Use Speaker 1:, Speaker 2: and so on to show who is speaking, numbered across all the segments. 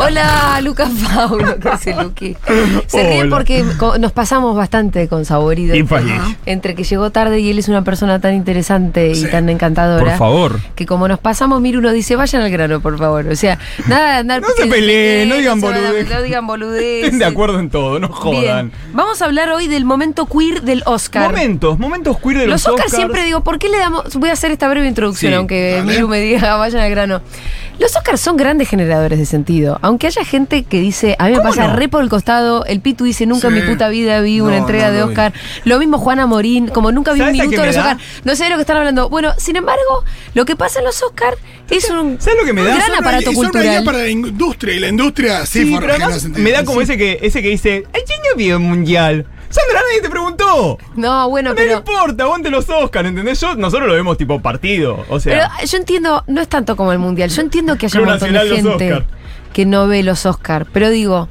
Speaker 1: Hola, Lucas Paulo, que es el Luqui. Se ríe
Speaker 2: Hola.
Speaker 1: porque co- nos pasamos bastante con Saborido.
Speaker 2: Y fallé.
Speaker 1: Entre que llegó tarde y él es una persona tan interesante y tan encantadora.
Speaker 2: Por favor.
Speaker 1: Que como nos pasamos, mira, uno dice, vayan al grano, por favor. O sea, nada de andar...
Speaker 2: No se peleen, no digan
Speaker 1: se van a-
Speaker 2: boludeces.
Speaker 1: No digan boludeces.
Speaker 2: Estén de acuerdo en todo, no jodan.
Speaker 1: Bien. Vamos a hablar hoy del momento queer del Oscar.
Speaker 2: Momentos, momentos queer de los,
Speaker 1: Los Oscars siempre digo, ¿por qué le damos? Voy a hacer esta breve introducción,
Speaker 2: Sí.
Speaker 1: aunque
Speaker 2: Dale.
Speaker 1: Miru me diga, vayan al grano. Los Oscars son grandes generadores de sentido. Aunque haya gente que dice, a mí me
Speaker 2: ¿Cómo
Speaker 1: pasa
Speaker 2: no?
Speaker 1: re por el costado, el Pitu dice, nunca en
Speaker 3: Sí.
Speaker 1: mi puta vida vi una
Speaker 3: No,
Speaker 1: entrega
Speaker 3: no
Speaker 1: de
Speaker 3: lo vi.
Speaker 1: Oscar. Lo mismo Juana Morín, como nunca vi un
Speaker 2: ¿Sabes a
Speaker 1: minuto
Speaker 2: qué
Speaker 1: de
Speaker 2: me
Speaker 1: los
Speaker 2: da?
Speaker 1: Oscars. No sé de lo que están hablando. Bueno, sin embargo, lo que pasa en los Oscars es un,
Speaker 2: ¿Sabes lo que me da?
Speaker 1: gran
Speaker 2: Son una-
Speaker 1: aparato
Speaker 3: Es una idea
Speaker 1: cultural.
Speaker 3: para la industria y la industria sí,
Speaker 2: Sí,
Speaker 3: forra
Speaker 2: pero
Speaker 3: generas
Speaker 2: además me
Speaker 3: sentido.
Speaker 2: da como ese que ese que dice, ¿el genio vio el mundial? Sandra, nadie te preguntó.
Speaker 1: No, bueno,
Speaker 2: No, le
Speaker 1: pero...
Speaker 2: importa, aguante los Oscars, ¿entendés? Yo- nosotros lo vemos tipo partido, o
Speaker 1: Pero
Speaker 2: sea.
Speaker 1: yo entiendo, no es tanto como el mundial. Yo entiendo que haya un
Speaker 2: Club
Speaker 1: montón de
Speaker 2: Nacional, los
Speaker 1: gente
Speaker 2: Oscar.
Speaker 1: que no ve los Oscar. Pero digo,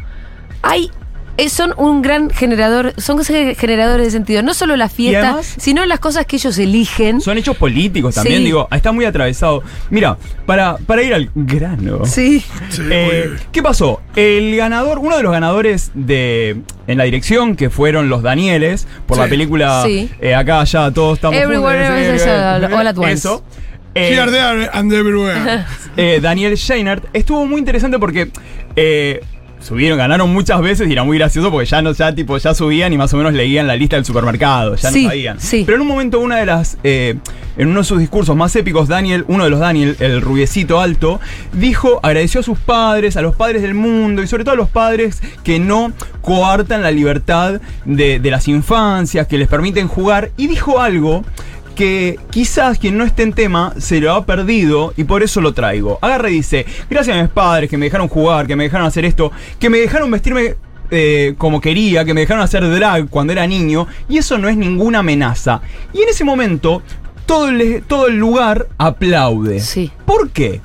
Speaker 1: hay. eh, Son un gran generador, son generadores de sentido, no solo las fiestas,
Speaker 2: además-
Speaker 1: sino las cosas que ellos eligen.
Speaker 2: son hechos políticos también,
Speaker 1: Sí.
Speaker 2: digo, está muy atravesado. Mira, para, para ir al grano.
Speaker 1: Sí.
Speaker 3: Sí,
Speaker 2: Eh,
Speaker 3: muy bien.
Speaker 2: ¿Qué pasó? El ganador, uno de los ganadores de en la dirección, que fueron los Danieles, por
Speaker 3: Sí.
Speaker 2: la película
Speaker 1: Sí.
Speaker 2: eh, Acá, allá, todos estamos
Speaker 1: Everywhere,
Speaker 2: juntos,
Speaker 1: Everywhere, All at Once.
Speaker 2: Eso. Eh,
Speaker 3: Here, there and everywhere.
Speaker 2: eh, Daniel Scheinert estuvo muy interesante porque eh, subieron, ganaron muchas veces y era muy gracioso porque ya no, ya tipo, ya subían y más o menos leían la lista del supermercado, ya
Speaker 1: Sí,
Speaker 2: no sabían.
Speaker 1: sí.
Speaker 2: Pero en un momento, una de las, eh, en uno de sus discursos más épicos, Daniel, uno de los Daniel, el rubiecito alto, dijo, agradeció a sus padres, a los padres del mundo y sobre todo a los padres que no coartan la libertad de, de las infancias, que les permiten jugar y dijo algo que quizás quien no esté en tema se lo ha perdido y por eso lo traigo. Agarra y dice, gracias a mis padres que me dejaron jugar, que me dejaron hacer esto, que me dejaron vestirme eh, como quería, que me dejaron hacer drag cuando era niño, y eso no es ninguna amenaza. Y en ese momento, todo el, todo el lugar aplaude.
Speaker 1: Sí.
Speaker 2: ¿Por qué?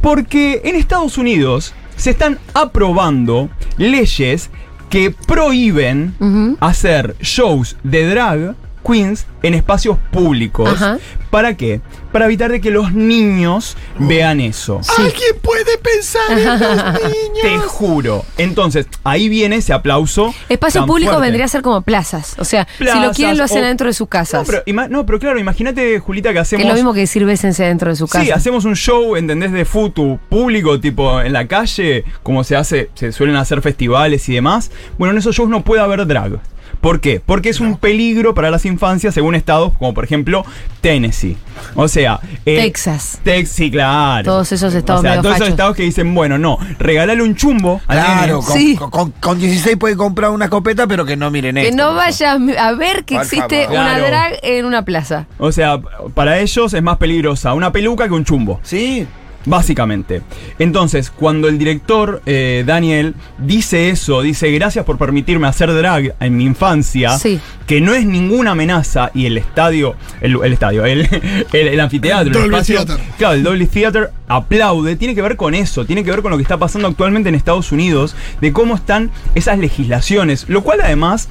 Speaker 2: Porque en Estados Unidos se están aprobando leyes que prohíben
Speaker 1: Ujú.
Speaker 2: hacer shows de drag queens en espacios públicos.
Speaker 1: Ajá.
Speaker 2: ¿Para qué? Para evitar de que los niños vean eso.
Speaker 3: ¿Alguien puede pensar en los
Speaker 2: Te
Speaker 3: niños?
Speaker 2: juro. Entonces, ahí viene ese aplauso.
Speaker 1: Espacio
Speaker 2: tan
Speaker 1: público
Speaker 2: fuerte.
Speaker 1: vendría a ser como plazas. O sea, si lo
Speaker 2: Plazas
Speaker 1: quieren, lo hacen
Speaker 2: o-
Speaker 1: adentro de sus
Speaker 2: No
Speaker 1: casas.
Speaker 2: pero, ima- no, pero claro, imagínate, Julita, que
Speaker 1: que
Speaker 2: hacemos.
Speaker 1: es lo mismo que decir bésense adentro de su casa.
Speaker 2: Sí, hacemos un show, ¿entendés? De futu público, tipo en la calle, como se hace, se suelen hacer festivales y demás. Bueno, en esos shows no puede haber drag. ¿Por qué? Porque es un peligro para las infancias según estados como por ejemplo Tennessee. O sea, eh,
Speaker 1: Texas.
Speaker 2: Tex- sí, claro.
Speaker 1: Todos esos estados
Speaker 2: O sea,
Speaker 1: medio
Speaker 2: todos
Speaker 1: fachos.
Speaker 2: esos estados que dicen, bueno, no, regalale un chumbo al
Speaker 4: Claro,
Speaker 2: nene.
Speaker 4: con,
Speaker 1: Sí.
Speaker 4: con- con- con 16 puede comprar una escopeta, pero que no miren
Speaker 1: Que
Speaker 4: esto.
Speaker 1: no vayas a ver que
Speaker 4: Por
Speaker 1: existe
Speaker 4: favor.
Speaker 1: una
Speaker 2: Claro.
Speaker 1: drag en una plaza.
Speaker 2: O sea, para ellos es más peligrosa una peluca que un chumbo.
Speaker 4: Sí.
Speaker 2: Básicamente. Entonces, cuando el director eh, Daniel dice eso, dice gracias por permitirme hacer drag en mi infancia,
Speaker 1: Sí.
Speaker 2: que no es ninguna amenaza, y el estadio, el, el estadio, el, el- el anfiteatro, el
Speaker 3: Dolby
Speaker 2: espacio-
Speaker 3: Theater.
Speaker 2: Claro, el Dolby Theater aplaude, tiene que ver con eso, tiene que ver con lo que está pasando actualmente en Estados Unidos, de cómo están esas legislaciones, lo cual además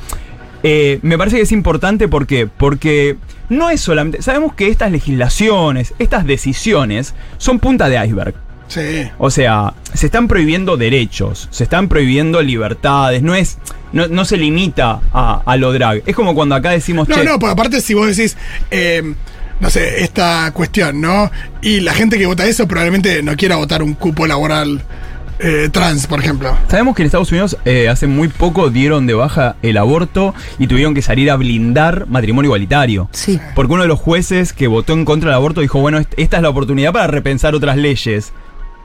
Speaker 2: eh, me parece que es importante ¿por qué? porque no es solamente, sabemos que estas legislaciones, estas decisiones son punta de iceberg.
Speaker 3: Sí.
Speaker 2: O sea, se están prohibiendo derechos, se están prohibiendo libertades, no es, no, no se limita a, a lo drag. Es como cuando acá decimos,
Speaker 3: No,
Speaker 2: che,
Speaker 3: no, porque aparte si vos decís, eh, no sé, esta cuestión, ¿no? Y la gente que vota eso probablemente no quiera votar un cupo laboral eh, trans, por ejemplo.
Speaker 2: Sabemos que en Estados Unidos eh, hace muy poco dieron de baja el aborto y tuvieron que salir a blindar matrimonio igualitario.
Speaker 1: Sí.
Speaker 2: Porque uno de los jueces que votó en contra del aborto dijo, bueno, est- esta es la oportunidad para repensar otras leyes.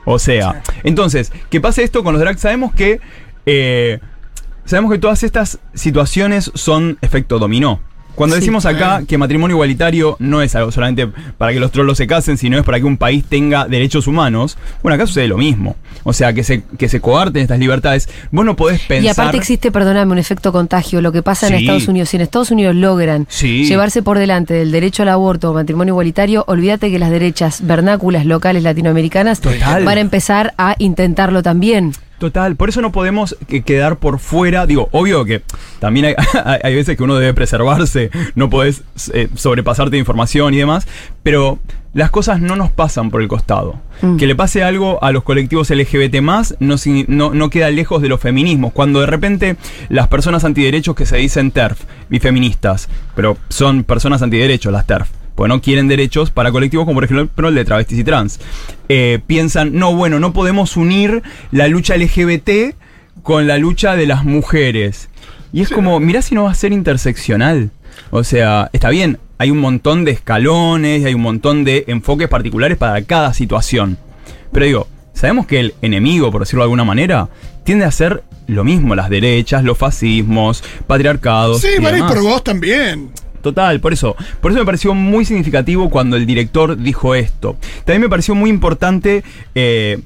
Speaker 2: O sea, entonces, que pase esto con los drags, sabemos que... eh, sabemos que todas estas situaciones son efecto dominó. Cuando
Speaker 1: Sí.
Speaker 2: decimos acá que matrimonio igualitario no es algo solamente para que los trolos se casen, sino es para que un país tenga derechos humanos, bueno, acá sucede lo mismo. O sea, que se, que se coarten estas libertades. Vos no podés pensar...
Speaker 1: Y aparte existe, perdóname, un efecto contagio, lo que pasa en
Speaker 2: Sí.
Speaker 1: Estados Unidos. Si en Estados Unidos logran
Speaker 2: Sí.
Speaker 1: llevarse por delante del derecho al aborto o matrimonio igualitario, olvídate que las derechas vernáculas locales latinoamericanas
Speaker 2: Total.
Speaker 1: van a empezar a intentarlo también.
Speaker 2: Total, por eso no podemos que- quedar por fuera. Digo, obvio que también hay, hay- hay veces que uno debe preservarse, no podés eh, sobrepasarte de información y demás, pero las cosas no nos pasan por el costado. Que le pase algo a los colectivos LGBT más no, signi- no, no queda lejos de los feminismos. Cuando de repente las personas antiderechos que se dicen TERF y feministas, pero son personas antiderechos las TERF pues no quieren derechos para colectivos como por ejemplo el de travestis y trans. Eh, piensan, no, bueno, no podemos unir la lucha LGBT con la lucha de las mujeres. Y es como, mirá si no va a ser interseccional. O sea, está bien, hay un montón de escalones, hay un montón de enfoques particulares para cada situación. Pero digo, sabemos que el enemigo, por decirlo de alguna manera, tiende a ser lo mismo, las derechas, los fascismos, patriarcados.
Speaker 3: Sí,
Speaker 2: y
Speaker 3: van a ir
Speaker 2: demás.
Speaker 3: por vos también.
Speaker 2: Total, por eso. Por eso me pareció muy significativo cuando el director dijo esto. También me pareció muy importante. eh,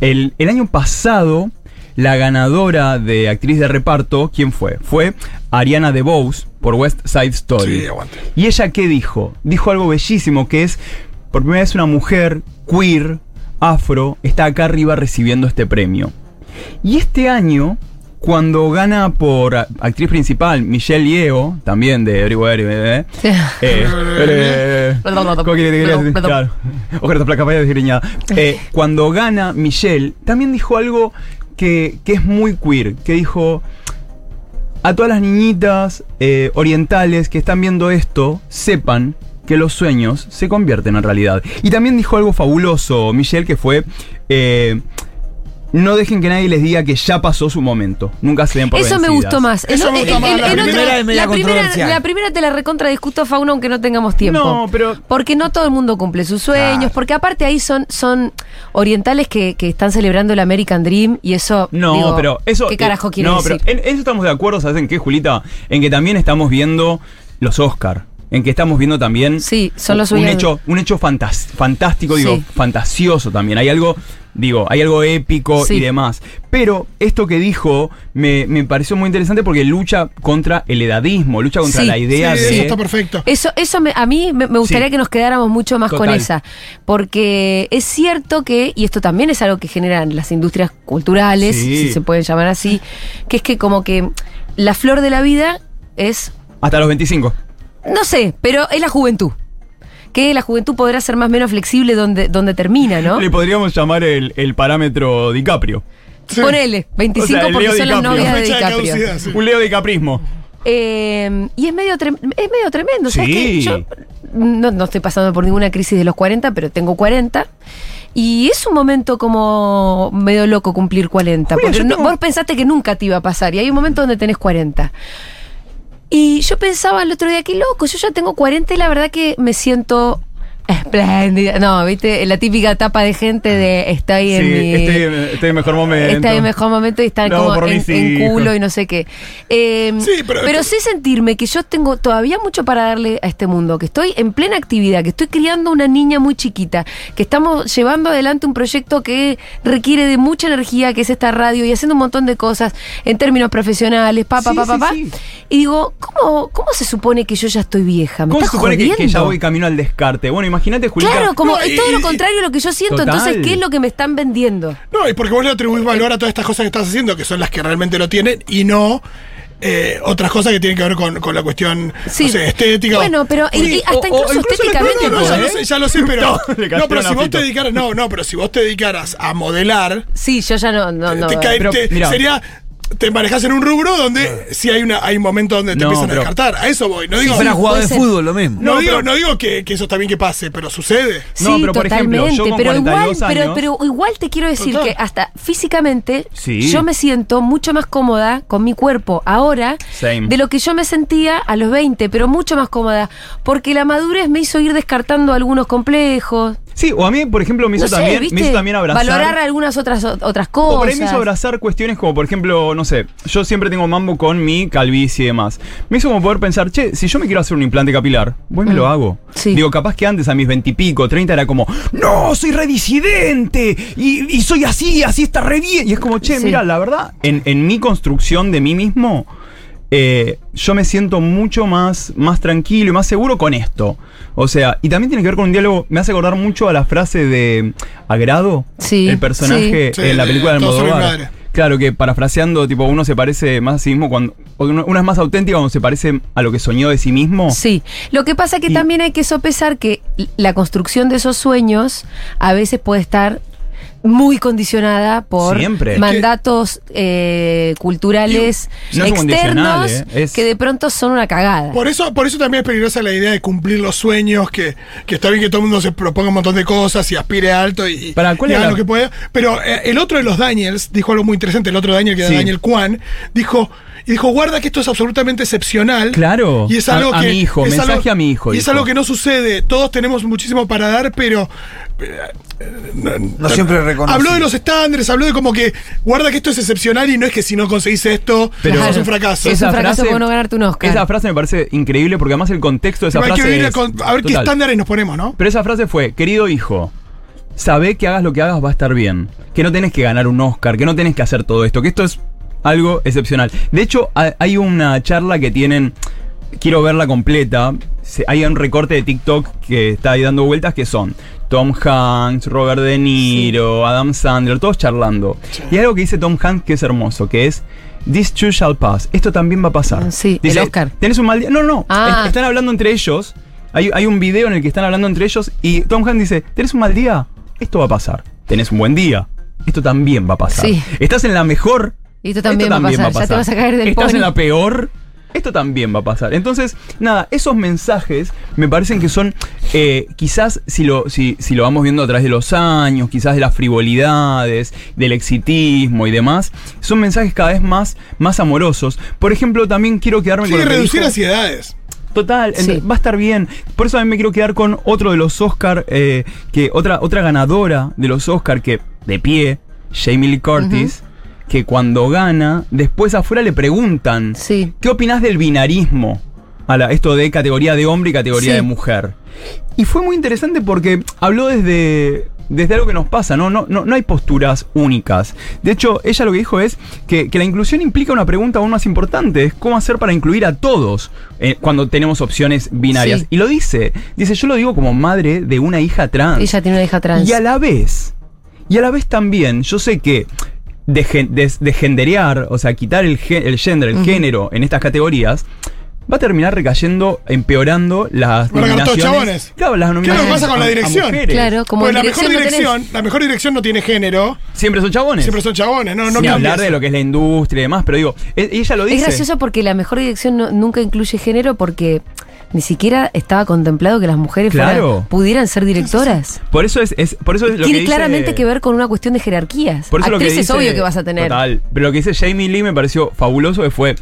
Speaker 2: el, el año pasado, la ganadora de actriz de reparto, ¿quién fue? Fue Ariana DeBose por West Side Story.
Speaker 3: Sí, aguante.
Speaker 2: ¿Y ella qué dijo? Dijo algo bellísimo que es, por primera vez una mujer queer, afro, está acá arriba recibiendo este premio. Y este año, cuando gana por a- actriz principal Michelle Yeoh, también de Everywhere, eh, eh, eh, ¿cómo que te quería decir? Claro. Ojalá placa vaya desgreñada. Eh, cuando gana Michelle, también dijo algo que, que es muy queer, que dijo a todas las niñitas eh, orientales que están viendo esto, sepan que los sueños se convierten en realidad. Y también dijo algo fabuloso Michelle, que fue... eh, no dejen que nadie les diga que ya pasó su momento. Nunca se den por
Speaker 1: Eso me
Speaker 2: vencidas".
Speaker 1: gustó más. En
Speaker 3: Eso
Speaker 1: o-
Speaker 3: me gustó
Speaker 1: en-
Speaker 3: más,
Speaker 1: en-
Speaker 3: la
Speaker 1: en
Speaker 4: primera
Speaker 1: otra-
Speaker 4: es media
Speaker 1: la primera-
Speaker 4: controversial.
Speaker 1: la primera te la recontradiscuto, Fauna, aunque no tengamos tiempo.
Speaker 2: No, pero-
Speaker 1: Porque no todo el mundo cumple sus sueños,
Speaker 4: Claro.
Speaker 1: porque aparte ahí son, son orientales que, que están celebrando el American Dream y eso.
Speaker 2: No,
Speaker 1: digo,
Speaker 2: pero eso. eh,
Speaker 1: ¿Qué carajo quiere
Speaker 2: No,
Speaker 1: decir?
Speaker 2: pero en, eso estamos de acuerdo, ¿sabes en qué, Julita? En que también estamos viendo los Oscar. En que estamos viendo también.
Speaker 1: Sí, son los
Speaker 2: un
Speaker 1: sueños.
Speaker 2: hecho, un hecho fantas- fantástico, digo,
Speaker 1: Sí.
Speaker 2: fantasioso también. Hay algo, digo, hay algo épico
Speaker 1: Sí.
Speaker 2: y demás. Pero esto que dijo me, me pareció muy interesante porque lucha contra el edadismo, lucha contra
Speaker 1: Sí.
Speaker 2: la
Speaker 3: Sí,
Speaker 2: idea de.
Speaker 3: eso está perfecto.
Speaker 1: Eso, eso me- a mí me, me gustaría
Speaker 2: Sí.
Speaker 1: que nos quedáramos mucho más con
Speaker 2: Total.
Speaker 1: esa, porque es cierto que, y esto también es algo que generan las industrias culturales,
Speaker 2: Sí.
Speaker 1: si se pueden llamar así, que es que como que la flor de la vida es,
Speaker 2: Hasta los 25.
Speaker 1: no sé, pero es la juventud. Que la juventud podrá ser más o menos flexible donde, donde termina, ¿no?
Speaker 2: Le podríamos llamar el, el parámetro DiCaprio.
Speaker 3: Sí.
Speaker 1: Ponele, 25
Speaker 2: O sea, el
Speaker 1: porque
Speaker 2: Leo
Speaker 1: son las
Speaker 2: DiCaprio.
Speaker 1: novias de
Speaker 3: Fecha de
Speaker 1: DiCaprio.
Speaker 3: caducidad, sí.
Speaker 2: Un Leo DiCaprismo.
Speaker 1: Eh, y es medio, trem- es medio tremendo. ¿sabes
Speaker 2: Sí.
Speaker 1: qué? Yo no, no estoy pasando por ninguna crisis de los 40, pero tengo 40. Y es un momento como medio loco cumplir 40.
Speaker 2: Julia,
Speaker 1: porque
Speaker 2: yo
Speaker 1: no-
Speaker 2: tengo-
Speaker 1: vos pensaste que nunca te iba a pasar. Y hay un momento donde tenés 40. Y yo pensaba el otro día, qué loco, yo ya tengo 40 y la verdad que me siento espléndida. No, viste, la típica etapa de gente de estoy en
Speaker 2: sí,
Speaker 1: mi.
Speaker 2: estoy, en- estoy en mejor momento.
Speaker 1: Está en el Este mejor momento y está
Speaker 2: Lo hago
Speaker 1: como
Speaker 2: por
Speaker 1: en,
Speaker 2: mis
Speaker 1: en
Speaker 2: hijos.
Speaker 1: culo y no sé qué. Eh,
Speaker 3: Sí, pero-
Speaker 1: sé sentirme que yo tengo todavía mucho para darle a este mundo, que estoy en plena actividad, que estoy criando una niña muy chiquita, que estamos llevando adelante un proyecto que requiere de mucha energía, que es esta radio, y haciendo un montón de cosas en términos profesionales, papá,
Speaker 2: Sí,
Speaker 1: papá,
Speaker 2: sí,
Speaker 1: papá.
Speaker 2: sí.
Speaker 1: Y digo, ¿cómo, ¿cómo se supone que yo ya estoy vieja? ¿Me
Speaker 2: ¿Cómo se
Speaker 1: estás
Speaker 2: supone que, que ya
Speaker 1: jodiendo?
Speaker 2: voy camino al descarte? Bueno, imagínate, Julián.
Speaker 1: Claro, como
Speaker 3: No,
Speaker 1: es
Speaker 3: y-
Speaker 1: todo lo
Speaker 3: y-
Speaker 1: contrario a lo que yo siento,
Speaker 2: Total.
Speaker 1: entonces, ¿qué es lo que me están vendiendo?
Speaker 3: No, y porque vos le atribuís valor a todas estas cosas que estás haciendo, que son las que realmente lo tienen, y no eh, otras cosas que tienen que ver con, con la cuestión
Speaker 1: Sí.
Speaker 3: no sé, estética.
Speaker 1: Bueno, pero
Speaker 3: Uy,
Speaker 1: y- y hasta incluso
Speaker 3: no, no,
Speaker 1: estéticamente. ¿eh?
Speaker 3: no, ya, lo sé, ya lo sé, pero.
Speaker 2: No, le
Speaker 3: No,
Speaker 2: castigaron
Speaker 3: pero
Speaker 2: a
Speaker 3: si vos
Speaker 2: Fito.
Speaker 3: te dedicaras. No, no, pero si vos te dedicaras a modelar,
Speaker 1: Sí, yo ya no. no, no
Speaker 3: te cae-
Speaker 2: pero,
Speaker 3: te-
Speaker 2: mira.
Speaker 3: sería. Te manejas en un rubro donde sí hay una hay un momento donde te
Speaker 2: No,
Speaker 3: empiezan
Speaker 2: pero-
Speaker 3: a descartar. A eso voy. No digo,
Speaker 4: Si fuera jugador
Speaker 1: puede
Speaker 4: de
Speaker 1: ser.
Speaker 4: fútbol, lo mismo.
Speaker 3: no,
Speaker 2: No,
Speaker 3: digo,
Speaker 2: pero-
Speaker 3: no digo que, que eso está bien que pase, pero sucede.
Speaker 2: No, pero, por ejemplo, yo con
Speaker 1: pero, igual,
Speaker 2: 42
Speaker 1: pero,
Speaker 2: años-
Speaker 1: pero igual te quiero decir
Speaker 3: Total.
Speaker 1: que hasta físicamente
Speaker 2: Sí.
Speaker 1: yo me siento mucho más cómoda con mi cuerpo ahora
Speaker 2: Same.
Speaker 1: de lo que yo me sentía a los 20, pero mucho más cómoda, porque la madurez me hizo ir descartando algunos complejos.
Speaker 2: Sí, o a mí, por ejemplo, me hizo,
Speaker 1: No sé,
Speaker 2: también, me
Speaker 1: ¿viste?
Speaker 2: hizo también abrazar.
Speaker 1: Valorar algunas otras, otras
Speaker 2: O
Speaker 1: cosas.
Speaker 2: por ahí me hizo abrazar cuestiones como, por ejemplo, no sé, yo siempre tengo mambo con mi calvicie y demás. Me hizo como poder pensar, che, si yo me quiero hacer un implante capilar, voy y me lo hago.
Speaker 1: Mm. Sí.
Speaker 2: Digo, capaz que antes a mis veintipico, treinta era como, no, soy redisidente y, y soy así, así está re bien. Y es como, che,
Speaker 1: Sí.
Speaker 2: mira, la verdad, en, en mi construcción de mí mismo, eh, yo me siento mucho más, más tranquilo y más seguro con esto. O sea, y también tiene que ver con un diálogo, me hace acordar mucho a la frase de Agrado,
Speaker 1: Sí,
Speaker 2: el personaje
Speaker 3: sí.
Speaker 2: en la
Speaker 3: Sí,
Speaker 2: película de
Speaker 3: todo sobre
Speaker 2: Almodóvar.
Speaker 3: madre.
Speaker 2: Claro que parafraseando, tipo, uno se parece más a sí mismo cuando. o uno- Una es más auténtica cuando se parece a lo que soñó de sí mismo.
Speaker 1: Sí, lo que pasa que
Speaker 2: Y-
Speaker 1: también hay que sopesar que la construcción de esos sueños a veces puede estar muy condicionada por
Speaker 2: Siempre.
Speaker 1: mandatos eh, culturales
Speaker 2: Y- no son
Speaker 1: externos
Speaker 2: condicionales, eh, es-
Speaker 1: que de pronto son una cagada.
Speaker 3: Por eso, por eso también es peligrosa la idea de cumplir los sueños, que, que está bien que todo el mundo se proponga un montón de cosas y aspire alto y,
Speaker 2: Pará, ¿cuál
Speaker 3: y
Speaker 2: era
Speaker 3: haga
Speaker 2: la-
Speaker 3: lo que pueda. Pero eh, el otro de los Daniels dijo algo muy interesante, el otro Daniel que
Speaker 2: Sí.
Speaker 3: era Daniel Kwan, dijo, y dijo, guarda que esto es absolutamente excepcional.
Speaker 2: Claro.
Speaker 3: Y es algo
Speaker 2: A- a
Speaker 3: que...
Speaker 2: mi hijo,
Speaker 3: es
Speaker 2: mensaje a mi hijo,
Speaker 3: Y es
Speaker 2: dijo.
Speaker 3: algo que no sucede, todos tenemos muchísimo para dar, pero...
Speaker 4: No siempre reconozco.
Speaker 3: Habló de los estándares, habló de como que guarda que esto es excepcional y no es que si no conseguís esto,
Speaker 2: Pero-
Speaker 3: sos un fracaso.
Speaker 1: Es un fracaso por no ganarte un Oscar.
Speaker 2: Esa frase me parece increíble porque además el contexto de esa
Speaker 3: Pero hay
Speaker 2: frase.
Speaker 3: que venir a,
Speaker 2: es-
Speaker 3: con- a ver qué
Speaker 2: Total.
Speaker 3: estándares nos ponemos, ¿no?
Speaker 2: Pero esa frase fue: querido hijo, sabe que hagas lo que hagas va a estar bien. Que no tenés que ganar un Oscar, que no tenés que hacer todo esto, que esto es algo excepcional. De hecho, ha- hay una charla que tienen. Quiero verla completa. Se- hay un recorte de TikTok que está ahí dando vueltas que son Tom Hanks, Robert De Niro, Adam Sandler, todos charlando. Y hay algo que dice Tom Hanks que es hermoso, que es This too shall pass. Esto también va a pasar.
Speaker 1: Sí,
Speaker 2: Dice,
Speaker 1: el Oscar.
Speaker 2: Tenés un mal día. No, no.
Speaker 1: Ah.
Speaker 2: Es- Están hablando entre ellos. Hay, hay un video en el que están hablando entre ellos y Tom Hanks dice, ¿tenés un mal día? Esto va a pasar. ¿Tenés un buen día? Esto también va a pasar.
Speaker 1: Sí.
Speaker 2: ¿Estás en la mejor?
Speaker 1: Y esto también va a pasar. Ya te vas a caer del
Speaker 2: ¿Estás
Speaker 1: pony.
Speaker 2: en la peor? Esto también va a pasar. Entonces, nada, esos mensajes me parecen que son, eh, quizás si lo, si, si lo vamos viendo a través de los años, quizás de las frivolidades, del exitismo y demás, son mensajes cada vez más, más amorosos. Por ejemplo, también quiero quedarme
Speaker 3: Sí,
Speaker 2: con lo que
Speaker 3: reducir
Speaker 2: dijo-
Speaker 3: ansiedades.
Speaker 2: Total,
Speaker 1: Sí.
Speaker 2: ent- va a estar bien. Por eso a mí me quiero quedar con otro de los Oscar, eh, que otra, otra ganadora de los Oscar que de pie, Jamie Lee Curtis, que cuando gana, después afuera le preguntan,
Speaker 1: Sí.
Speaker 2: ¿qué opinás del binarismo? A la- esto de categoría de hombre y categoría
Speaker 1: Sí.
Speaker 2: de mujer. Y fue muy interesante porque habló desde, desde algo que nos pasa, ¿no? No, no, no hay posturas únicas. De hecho, ella lo que dijo es que, que la inclusión implica una pregunta aún más importante, es cómo hacer para incluir a todos eh, cuando tenemos opciones binarias.
Speaker 1: Sí.
Speaker 2: Y lo dice, dice, yo lo digo como madre de una hija trans.
Speaker 1: Ella tiene una hija trans.
Speaker 2: Y a la vez, y a la vez también, yo sé que deje- des- degenderear, o sea, quitar el, gen- el gender, el género en estas categorías, va a terminar recayendo, empeorando las
Speaker 3: Van a ganar todos
Speaker 2: nominaciones.
Speaker 3: chabones.
Speaker 2: Claro, las
Speaker 3: ¿Qué es lo que
Speaker 2: nominaciones
Speaker 3: pasa con la
Speaker 2: a- a
Speaker 3: dirección?
Speaker 2: mujeres.
Speaker 1: Claro, como
Speaker 3: Pues la
Speaker 1: dirección
Speaker 3: mejor
Speaker 1: no tenés.
Speaker 3: dirección, la mejor dirección no tiene género,
Speaker 2: Siempre son chabones.
Speaker 3: siempre son chabones, no, no
Speaker 2: Ni
Speaker 3: cambia
Speaker 2: hablar
Speaker 3: eso.
Speaker 2: de lo que es la industria y demás, pero digo, e- ella lo dice.
Speaker 1: Es gracioso porque la mejor dirección no- nunca incluye género porque ni siquiera estaba contemplado que las mujeres fueran-
Speaker 2: Claro.
Speaker 1: pudieran ser directoras.
Speaker 2: Por eso es, es- por eso es lo
Speaker 1: Tiene
Speaker 2: que
Speaker 1: claramente
Speaker 2: dice,
Speaker 1: que ver con una cuestión de jerarquías.
Speaker 2: Por eso lo que
Speaker 1: Actrices
Speaker 2: dice-
Speaker 1: obvio que vas a tener.
Speaker 2: Total. Pero lo que dice Jamie Lee me pareció fabuloso, que fue.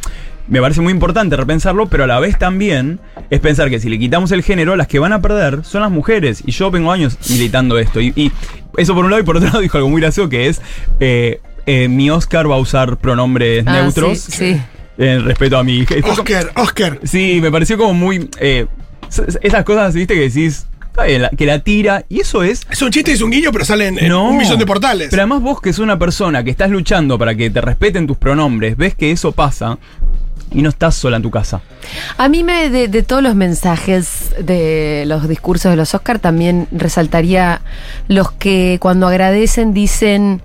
Speaker 2: Me parece muy importante repensarlo, pero a la vez también es pensar que si le quitamos el género, las que van a perder son las mujeres. Y yo vengo años militando esto. Y, y eso por un lado, y por otro lado dijo algo muy gracioso que es. eh, eh, mi Oscar va a usar pronombres
Speaker 1: Ah,
Speaker 2: neutros eh,
Speaker 1: sí, sí.
Speaker 2: en respeto a mi hija. Y fue como-
Speaker 3: Oscar, Oscar.
Speaker 2: Sí, me pareció como muy. eh, s- s- esas cosas, viste, que decís. está bien, la- que la tira. Y eso es
Speaker 3: Es un chiste y es un guiño, pero salen en un millón de portales.
Speaker 2: pero además vos que es una persona que estás luchando para que te respeten tus pronombres, ves que eso pasa y no estás sola en tu casa.
Speaker 1: A mí me, de, de todos los mensajes de los discursos de los Oscar, también resaltaría los que cuando agradecen dicen,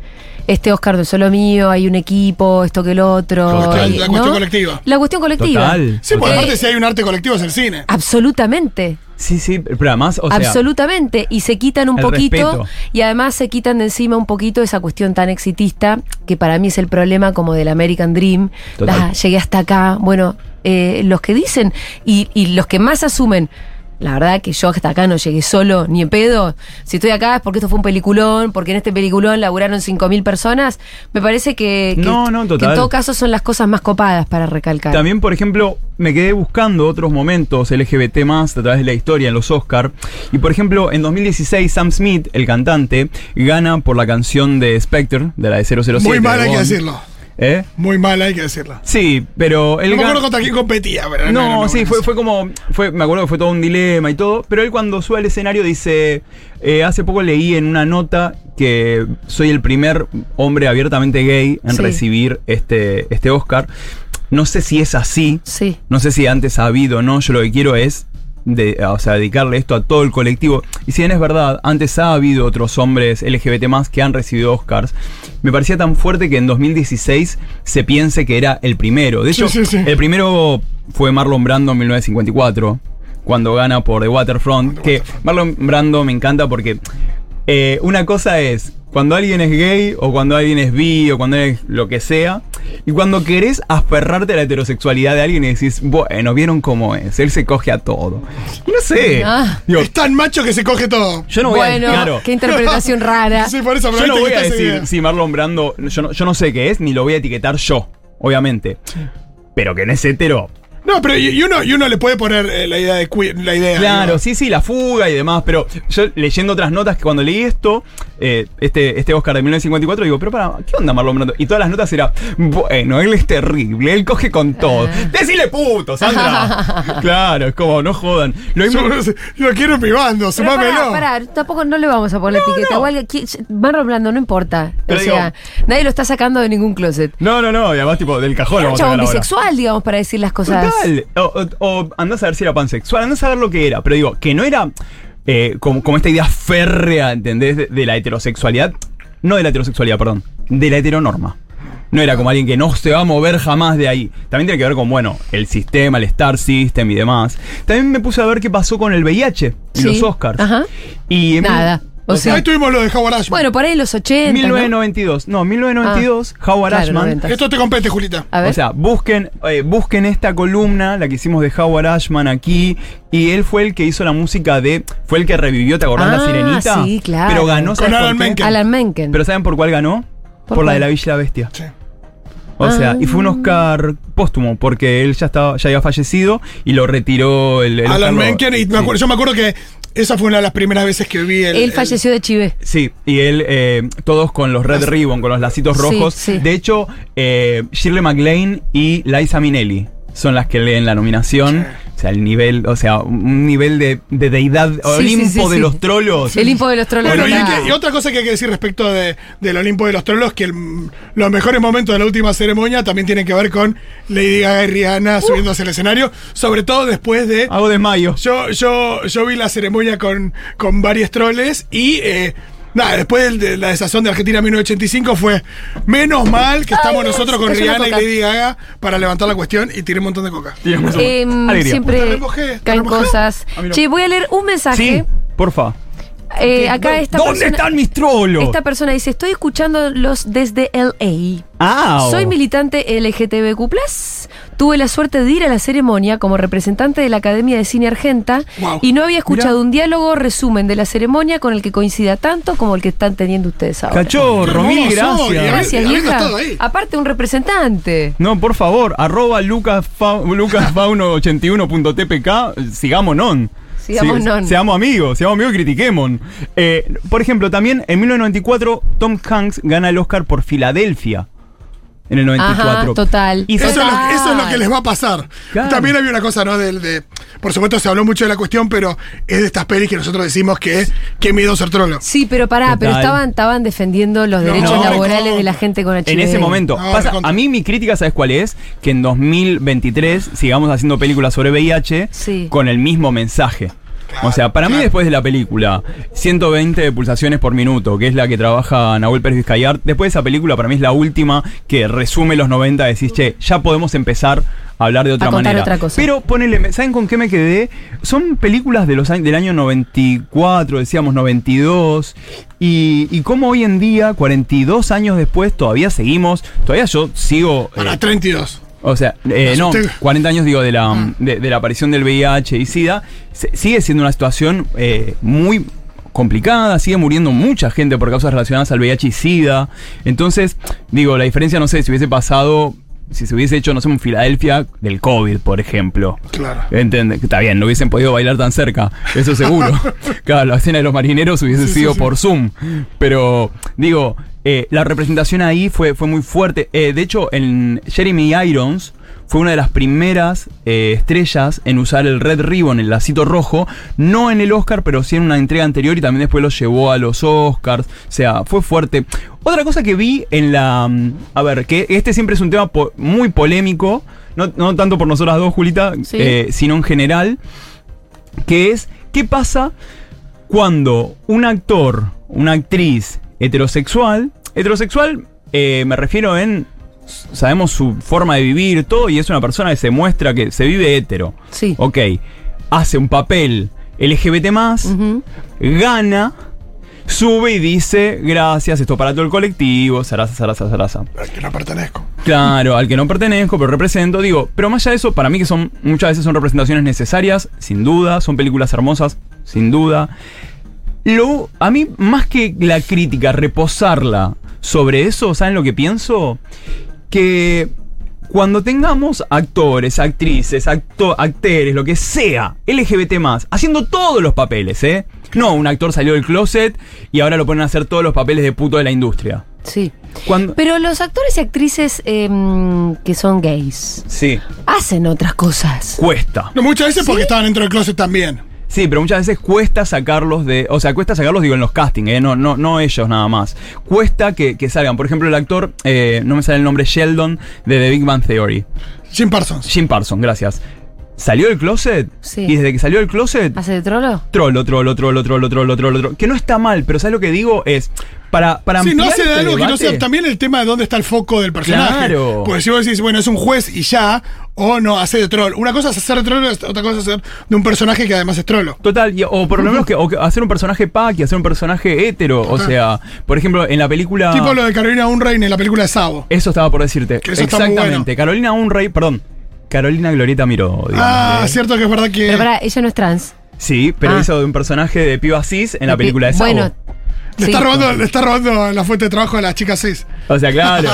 Speaker 1: este Oscar no es solo míeo, hay un equipo, esto que el otro.
Speaker 3: Total,
Speaker 1: y-
Speaker 3: la cuestión colectiva.
Speaker 1: La cuestión colectiva.
Speaker 2: Total.
Speaker 3: sí, porque
Speaker 1: Eh,
Speaker 3: aparte si hay un arte colectivo es el cine.
Speaker 1: Absolutamente.
Speaker 2: Sí, sí, pero además, o sea,
Speaker 1: Absolutamente. Y se quitan un
Speaker 2: el
Speaker 1: poquito
Speaker 2: respeto.
Speaker 1: y además se quitan de encima un poquito esa cuestión tan exitista que para mí es el problema como del American Dream.
Speaker 2: Total.
Speaker 1: Ah, llegué hasta acá. Bueno, eh, los que dicen y, y los que más asumen. La verdad que yo hasta acá no llegué solo, ni en pedo. Si estoy acá es porque esto fue un peliculón, porque en este peliculón laburaron 5.000 personas. Me parece que, que-
Speaker 2: No, no,
Speaker 1: que
Speaker 2: total.
Speaker 1: en todo caso son las cosas más copadas para recalcar.
Speaker 2: También, por ejemplo, me quedé buscando otros momentos LGBT más a través de la historia en los Oscar. Y por ejemplo, en 2016 Sam Smith, el cantante, gana por la canción de Spectre, de la de 007.
Speaker 3: Muy mal
Speaker 2: de
Speaker 3: hay que
Speaker 2: Bond.
Speaker 3: decirlo.
Speaker 2: ¿Eh?
Speaker 3: Muy mal hay que decirlo.
Speaker 2: Sí, pero él
Speaker 3: No me
Speaker 2: gan-
Speaker 3: acuerdo contra quién competía, pero
Speaker 2: Ah, No,
Speaker 3: era una
Speaker 2: sí,
Speaker 3: buena
Speaker 2: fue,
Speaker 3: canción.
Speaker 2: fue como. Fue, me acuerdo que fue todo un dilema y todo. Pero él, cuando sube al escenario, dice: eh, Hace poco leí en una nota que soy el primer hombre abiertamente gay en
Speaker 1: Sí.
Speaker 2: recibir este, este Oscar. No sé si es así.
Speaker 1: Sí.
Speaker 2: No sé si antes ha habido o no. Yo lo que quiero es. de- o sea, dedicarle esto a todo el colectivo. Y si bien es verdad, antes ha habido otros hombres LGBT más que han recibido Oscars. Me parecía tan fuerte que en 2016 se piense que era el primero. De
Speaker 3: Sí,
Speaker 2: hecho,
Speaker 3: sí, sí.
Speaker 2: el primero fue Marlon Brando en 1954, cuando gana por The Waterfront. Que Marlon Brando me encanta porque eh, una cosa es cuando alguien es gay o cuando alguien es bi o cuando es lo que sea. Y cuando querés aferrarte a la heterosexualidad de alguien y decís, bueno, vieron cómo es, él se coge a todo. Y no sé.
Speaker 1: Ah.
Speaker 2: digo,
Speaker 3: Es tan macho que se coge todo.
Speaker 2: Eh, yo no voy
Speaker 1: bueno,
Speaker 2: a... claro.
Speaker 1: qué interpretación rara.
Speaker 3: Sí, por eso, pero
Speaker 2: Yo no
Speaker 3: viste
Speaker 2: voy
Speaker 3: que
Speaker 2: a
Speaker 3: está ese video.
Speaker 2: decir si Marlon Brando, yo no, yo no sé qué es, ni lo voy a etiquetar yo, obviamente. Pero que no es hetero,
Speaker 3: No, pero y, y uno, y uno le puede poner eh, la idea de queer, la idea.
Speaker 2: Claro,
Speaker 3: digo.
Speaker 2: sí, sí, la fuga y demás. Pero yo leyendo otras notas que cuando leí esto, eh, este, este Oscar de 1954, digo, pero para, ¿qué onda Marlon Brando? Y todas las notas era, bueno, él es terrible, él coge con
Speaker 1: Ah.
Speaker 2: todo. ¡Decile puto, Sandra! claro, es como, no jodan. Lo mismo-
Speaker 3: Yo- Yo lo quiero privando,
Speaker 1: Pero pará,
Speaker 3: sumámelo.
Speaker 1: pará, tampoco no le vamos a poner etiqueta.
Speaker 2: no.
Speaker 1: Igual, que- Marlon Blando, no importa.
Speaker 2: Pero
Speaker 1: o sea, nadie lo está sacando de ningún closet.
Speaker 2: No, no, no, y además, tipo, del cajón
Speaker 1: Era
Speaker 2: lo vamos
Speaker 1: un
Speaker 2: a
Speaker 1: chabón
Speaker 2: sacar ahora.
Speaker 1: bisexual, digamos, para decir las cosas.
Speaker 2: Total. O, o- o andás a ver si era pansexual, andás a ver lo que era. Pero digo, que no era eh, como, como esta idea férrea, ¿entendés? De, de la heterosexualidad. No de la heterosexualidad, perdón. De la heteronorma. No era como alguien que no se va a mover jamás de ahí. También tiene que ver con, bueno, el sistema, el Star System y demás. También me puse a ver qué pasó con el VIH y
Speaker 1: Sí.
Speaker 2: los Oscars.
Speaker 1: Ajá.
Speaker 2: Y en-
Speaker 1: Nada. O sea,
Speaker 3: Ahí tuvimos lo de Howard Ashman.
Speaker 1: bueno, por ahí los 80. ¿no? Ah,
Speaker 2: 1992. No, 1992, Howard
Speaker 1: claro,
Speaker 2: Ashman
Speaker 1: 90.
Speaker 3: Esto te compete, Julita.
Speaker 1: A ver.
Speaker 2: O sea, busquen, eh, busquen esta columna, la que hicimos de Howard Ashman aquí, y él fue el que hizo la música de, fue el que revivió, ¿te acordás
Speaker 1: Ah,
Speaker 2: la sirenita?
Speaker 1: sí, claro.
Speaker 2: Pero ganó,
Speaker 3: Con
Speaker 2: ¿sabes por
Speaker 3: Alan
Speaker 2: qué?
Speaker 3: Menken.
Speaker 1: Alan Menken.
Speaker 2: Pero ¿saben por cuál ganó?
Speaker 1: ¿Por
Speaker 2: Por, la de
Speaker 1: cuál?
Speaker 2: la Bella y la Bestia.
Speaker 3: Sí.
Speaker 2: O sea,
Speaker 1: Ah.
Speaker 2: y fue un Oscar póstumo, porque él ya estaba, ya había fallecido y lo retiró el, el Oscar
Speaker 3: Alan
Speaker 2: lo-
Speaker 3: Menken, y
Speaker 2: sí.
Speaker 3: me acuerdo- yo me acuerdo que esa fue una de las primeras veces que vi el.
Speaker 1: Él
Speaker 3: el-
Speaker 1: falleció de chive.
Speaker 2: Sí, y él, eh, todos con los Red Ribbon, con los lacitos
Speaker 1: Sí,
Speaker 2: rojos.
Speaker 1: sí.
Speaker 2: De hecho, eh, Shirley MacLaine y Liza Minnelli son las que leen la nominación. O sea, el nivel, o sea, un nivel de, de deidad, Olimpo
Speaker 1: sí, sí,
Speaker 2: de
Speaker 1: sí.
Speaker 2: los trolos.
Speaker 1: El info de los trolos.
Speaker 3: Bueno, y,
Speaker 1: total.
Speaker 3: hay que- y otra cosa que hay que decir respecto de, del Olimpo de los Trolos, que el- los mejores momentos de la última ceremonia también tienen que ver con Lady Gaga y Rihanna subiéndose al escenario, sobre todo después de...
Speaker 2: Hago desmayo.
Speaker 3: Yo, yo, yo vi la ceremonia con, con varios troles y... eh, Nada, después del- de la desazón de Argentina 1985 fue menos mal que estamos
Speaker 1: Dios,
Speaker 3: nosotros con
Speaker 1: cayó la
Speaker 3: Rihanna y
Speaker 1: coca.
Speaker 3: Lady Gaga para levantar la cuestión y tiré un montón de coca.
Speaker 2: Digamos,
Speaker 1: Em,
Speaker 2: alegría.
Speaker 3: Te
Speaker 1: siempre
Speaker 3: remojé, te
Speaker 1: caen
Speaker 3: remojé.
Speaker 1: cosas.
Speaker 2: A mí no.
Speaker 1: Che, voy a leer un
Speaker 2: Ah, Sí,
Speaker 1: mensaje.
Speaker 2: porfa.
Speaker 1: Eh, acá esta
Speaker 2: ¿Dónde
Speaker 1: persona-
Speaker 2: están mis trolos?
Speaker 1: Esta persona dice, estoy escuchándolos desde LA.
Speaker 2: Ah,
Speaker 1: Soy militante LGTBQ+. Tuve la suerte de ir a la ceremonia como representante de la Academia de Cine Argenta
Speaker 3: Wow.
Speaker 1: y no había escuchado
Speaker 2: Mirá.
Speaker 1: un diálogo o resumen de la ceremonia con el que coincida tanto como el que están teniendo ustedes ahora.
Speaker 2: Cachorro,
Speaker 3: Qué
Speaker 2: mil
Speaker 3: hermoso,
Speaker 2: gracias.
Speaker 3: Gabriel.
Speaker 1: Gracias,
Speaker 3: Habiendo
Speaker 1: vieja.
Speaker 3: estado ahí.
Speaker 1: Aparte, un representante.
Speaker 2: No, por favor, arroba lucasfauno81.tpk, sigamos non.
Speaker 1: Sigamos
Speaker 2: Sí,
Speaker 1: non.
Speaker 2: Seamos amigos, seamos amigos y critiquemos. Eh, por ejemplo, también en 1994 Tom Hanks gana el Oscar por Filadelfia. En el 94.
Speaker 1: Ajá, total.
Speaker 2: Y
Speaker 3: Eso es, lo,
Speaker 1: Total.
Speaker 3: eso es lo que les va a pasar.
Speaker 2: Claro.
Speaker 3: También había una cosa, ¿no? Del, de, por supuesto, se habló mucho de la cuestión, pero es de estas pelis que nosotros decimos que es qué miedo ser trolo.
Speaker 1: Sí, pero pará,
Speaker 2: Total.
Speaker 1: pero estaban, estaban defendiendo los
Speaker 3: No,
Speaker 1: derechos
Speaker 3: no,
Speaker 1: laborales
Speaker 3: no.
Speaker 1: de la gente con HIV.
Speaker 2: En ese momento.
Speaker 3: No,
Speaker 2: Pasa-
Speaker 3: recontra.
Speaker 2: a mí mi crítica, ¿sabes cuál es? Que en 2023 sigamos haciendo películas sobre VIH
Speaker 1: Sí.
Speaker 2: con el mismo mensaje. O sea, para mí
Speaker 3: claro.
Speaker 2: después de la película, 120 de pulsaciones por minuto, que es la que trabaja Nahuel Pérez Vizcayart, después de esa película para mí es la última que resume los 90, decís, che, ya podemos empezar a hablar de otra
Speaker 1: contar
Speaker 2: manera.
Speaker 1: otra cosa.
Speaker 2: Pero ponele, me- ¿saben con qué me quedé? Son películas de los años, del año 94, decíamos 92, y, y cómo hoy en día, 42 años después, todavía seguimos, todavía yo sigo... eh,
Speaker 3: Para Ah. 32.
Speaker 2: O sea, eh, no,
Speaker 3: asusté.
Speaker 2: 40 años digo de la, de, de la aparición del VIH y SIDA, se- sigue siendo una situación eh, muy complicada, sigue muriendo mucha gente por causas relacionadas al VIH y SIDA. Entonces, digo, la diferencia, no sé, si hubiese pasado, si se hubiese hecho, no sé, en Filadelfia del COVID, por ejemplo.
Speaker 3: Claro.
Speaker 2: Entiende, que está bien, no hubiesen podido bailar tan cerca, eso seguro. claro, la escena de los marineros hubiese sido por Zoom. Pero, digo, eh, la representación ahí fue, fue muy fuerte. Eh, de hecho, en Jeremy Irons fue una de las primeras eh, estrellas en usar el Red Ribbon, el lacito rojo, no en el Oscar, pero sí en una entrega anterior y también después lo llevó a los Oscars. O sea, fue fuerte. Otra cosa que vi en la... mm, A ver, que este siempre es un tema po- muy polémico, no, no tanto por nosotras dos, Julita,
Speaker 1: Sí.
Speaker 2: eh, sino en general, que es qué pasa cuando un actor, una actriz heterosexual, heterosexual eh, me refiero en, s- sabemos su forma de vivir, todo, y es una persona que se muestra que se vive hetero.
Speaker 1: Sí.
Speaker 2: Ok, hace un papel LGBT más,
Speaker 1: Ujú.
Speaker 2: gana, sube y dice, gracias, esto para todo el colectivo, zaraza, zaraza, zaraza.
Speaker 3: Al que no pertenezco.
Speaker 2: Claro, al que no pertenezco, pero represento, digo, pero más allá de eso, para mí que son muchas veces son representaciones necesarias, sin duda, son películas hermosas, sin duda. Lo, a mí, más que la crítica, reposarla sobre eso, ¿saben lo que pienso? Que cuando tengamos actores, actrices, acto actores, lo que sea, LGBT más, haciendo todos los papeles, ¿eh? No, un actor salió del closet y ahora lo ponen a hacer todos los papeles de puto de la industria.
Speaker 1: Sí.
Speaker 2: Cuando,
Speaker 1: Pero los actores y actrices em, que son gays
Speaker 2: sí,
Speaker 1: hacen otras cosas.
Speaker 2: cuesta.
Speaker 3: No, muchas veces porque estaban dentro del closet también.
Speaker 2: Sí, pero muchas veces cuesta sacarlos de. O sea, cuesta sacarlos, digo, en los castings, ¿eh? no, no, no ellos nada más. Cuesta que, que salgan. Por ejemplo, el actor, eh, no me sale el nombre, Sheldon, de The Big Bang Theory.
Speaker 3: Jim Parsons.
Speaker 2: Jim Parsons, gracias. Salió del closet
Speaker 1: Sí.
Speaker 2: y desde que salió del closet,
Speaker 1: ¿Hace de trolo?
Speaker 2: trolo, trolo, trolo, trolo, trolo, trolo, trolo. Que no está mal, pero ¿sabes lo que digo? Es. Para, para
Speaker 3: Sí, no
Speaker 2: ampliar
Speaker 3: hace de
Speaker 2: este
Speaker 3: algo que no
Speaker 2: debate-
Speaker 3: sea también el tema de dónde está el foco del personaje.
Speaker 2: Claro.
Speaker 3: Porque si vos decís, bueno, es un juez y ya, o no, hace de troll. Una cosa es hacer de troll, otra cosa es hacer de un personaje que además es trolo.
Speaker 2: Total, y- o por lo menos que, o que hacer un personaje pack y hacer un personaje hetero. O sea, por ejemplo, en la película.
Speaker 3: Tipo lo de Carolina Unrein en la película de Sabo.
Speaker 2: Eso estaba por decirte.
Speaker 3: Que eso está muy
Speaker 2: Exactamente.
Speaker 3: bueno.
Speaker 2: Carolina Unrey, perdón. Carolina Glorieta Miró, digamos.
Speaker 3: Ah,
Speaker 2: Eh,
Speaker 3: cierto que es verdad que
Speaker 1: Pero pará, ella no es trans.
Speaker 2: Sí, pero
Speaker 1: Ah.
Speaker 2: hizo de un personaje de piba cis en la
Speaker 1: Porque-
Speaker 2: película Oh. de Sabo.
Speaker 1: Bueno.
Speaker 3: le,
Speaker 1: sí.
Speaker 3: está robando, le está robando la fuente de trabajo a la chica cis.
Speaker 2: O sea, claro.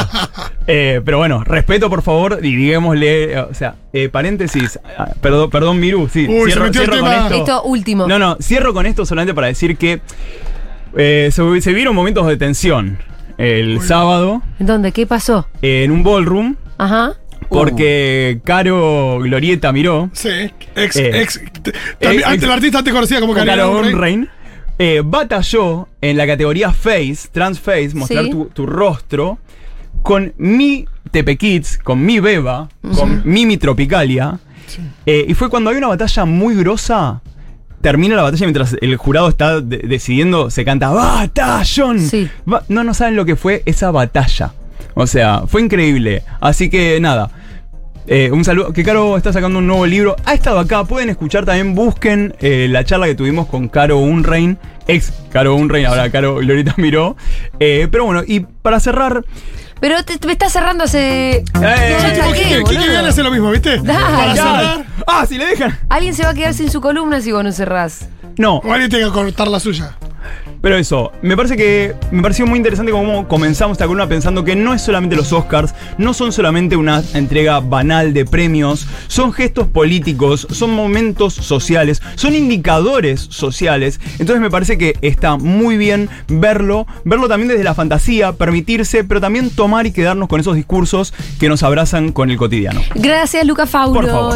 Speaker 2: Eh, pero bueno, respeto, por favor, y digámosle, eh, o sea, eh, paréntesis. Ah, Perdón, perdón, Miru, sí.
Speaker 3: Uy, se metió el
Speaker 2: con
Speaker 3: tema.
Speaker 2: esto.
Speaker 1: Esto último.
Speaker 2: No, no, cierro con esto solamente para decir que eh, se, se vieron momentos de tensión el sábado
Speaker 1: ¿Dónde? ¿Qué pasó?
Speaker 2: en un ballroom
Speaker 1: Ajá.
Speaker 3: Uh.
Speaker 2: porque Caro Glorieta Miró.
Speaker 3: Sí, ex,
Speaker 2: Eh.
Speaker 3: ex. t- también-
Speaker 2: ex-
Speaker 3: antes, la artista antes conocida como
Speaker 2: Con
Speaker 3: Carolina
Speaker 2: Caro
Speaker 3: Unrein.
Speaker 2: Unrein, eh, batalló en la categoría Face, Trans Face, mostrar
Speaker 1: Sí.
Speaker 2: tu, tu rostro, con mi Tepe Kids, con mi Beba, con Mimi Tropicalia. Eh, y fue cuando hay una batalla muy grosa. Termina la batalla mientras el jurado está de- decidiendo, se canta ¡Batallón!
Speaker 1: Sí.
Speaker 2: Ba- no, no saben lo que fue esa batalla. O sea, fue increíble. Así que nada. Eh, un saludo. Que Caro está sacando un nuevo libro. Ha estado acá. Pueden escuchar también. Busquen eh, la charla que tuvimos con Caro Unrein. Ex Caro Unrein. Ahora Caro Glorita Miró. Eh, pero bueno, y para cerrar.
Speaker 1: Pero te, te me está cerrando hace.
Speaker 2: Eh,
Speaker 3: Tipo,
Speaker 1: ¿Para qué,
Speaker 3: Kike- Kike
Speaker 1: boludo?
Speaker 3: Viale hace lo mismo, ¿viste? Para
Speaker 2: ya.
Speaker 3: cerrar,
Speaker 2: ¡Ah! Si le dejan.
Speaker 1: Alguien se va a quedar sin su columna si vos no cerrás.
Speaker 2: No,
Speaker 3: o alguien tiene que cortar la suya.
Speaker 2: Pero eso, me parece que me pareció muy interesante cómo comenzamos esta columna pensando que no es solamente los Oscars, no son solamente una entrega banal de premios, son gestos políticos, son momentos sociales, son indicadores sociales. Entonces me parece que está muy bien verlo, verlo también desde la fantasía, permitirse, pero también tomar y quedarnos con esos discursos que nos abrazan con el cotidiano.
Speaker 1: Gracias, Luca Fauno.
Speaker 2: Por favor.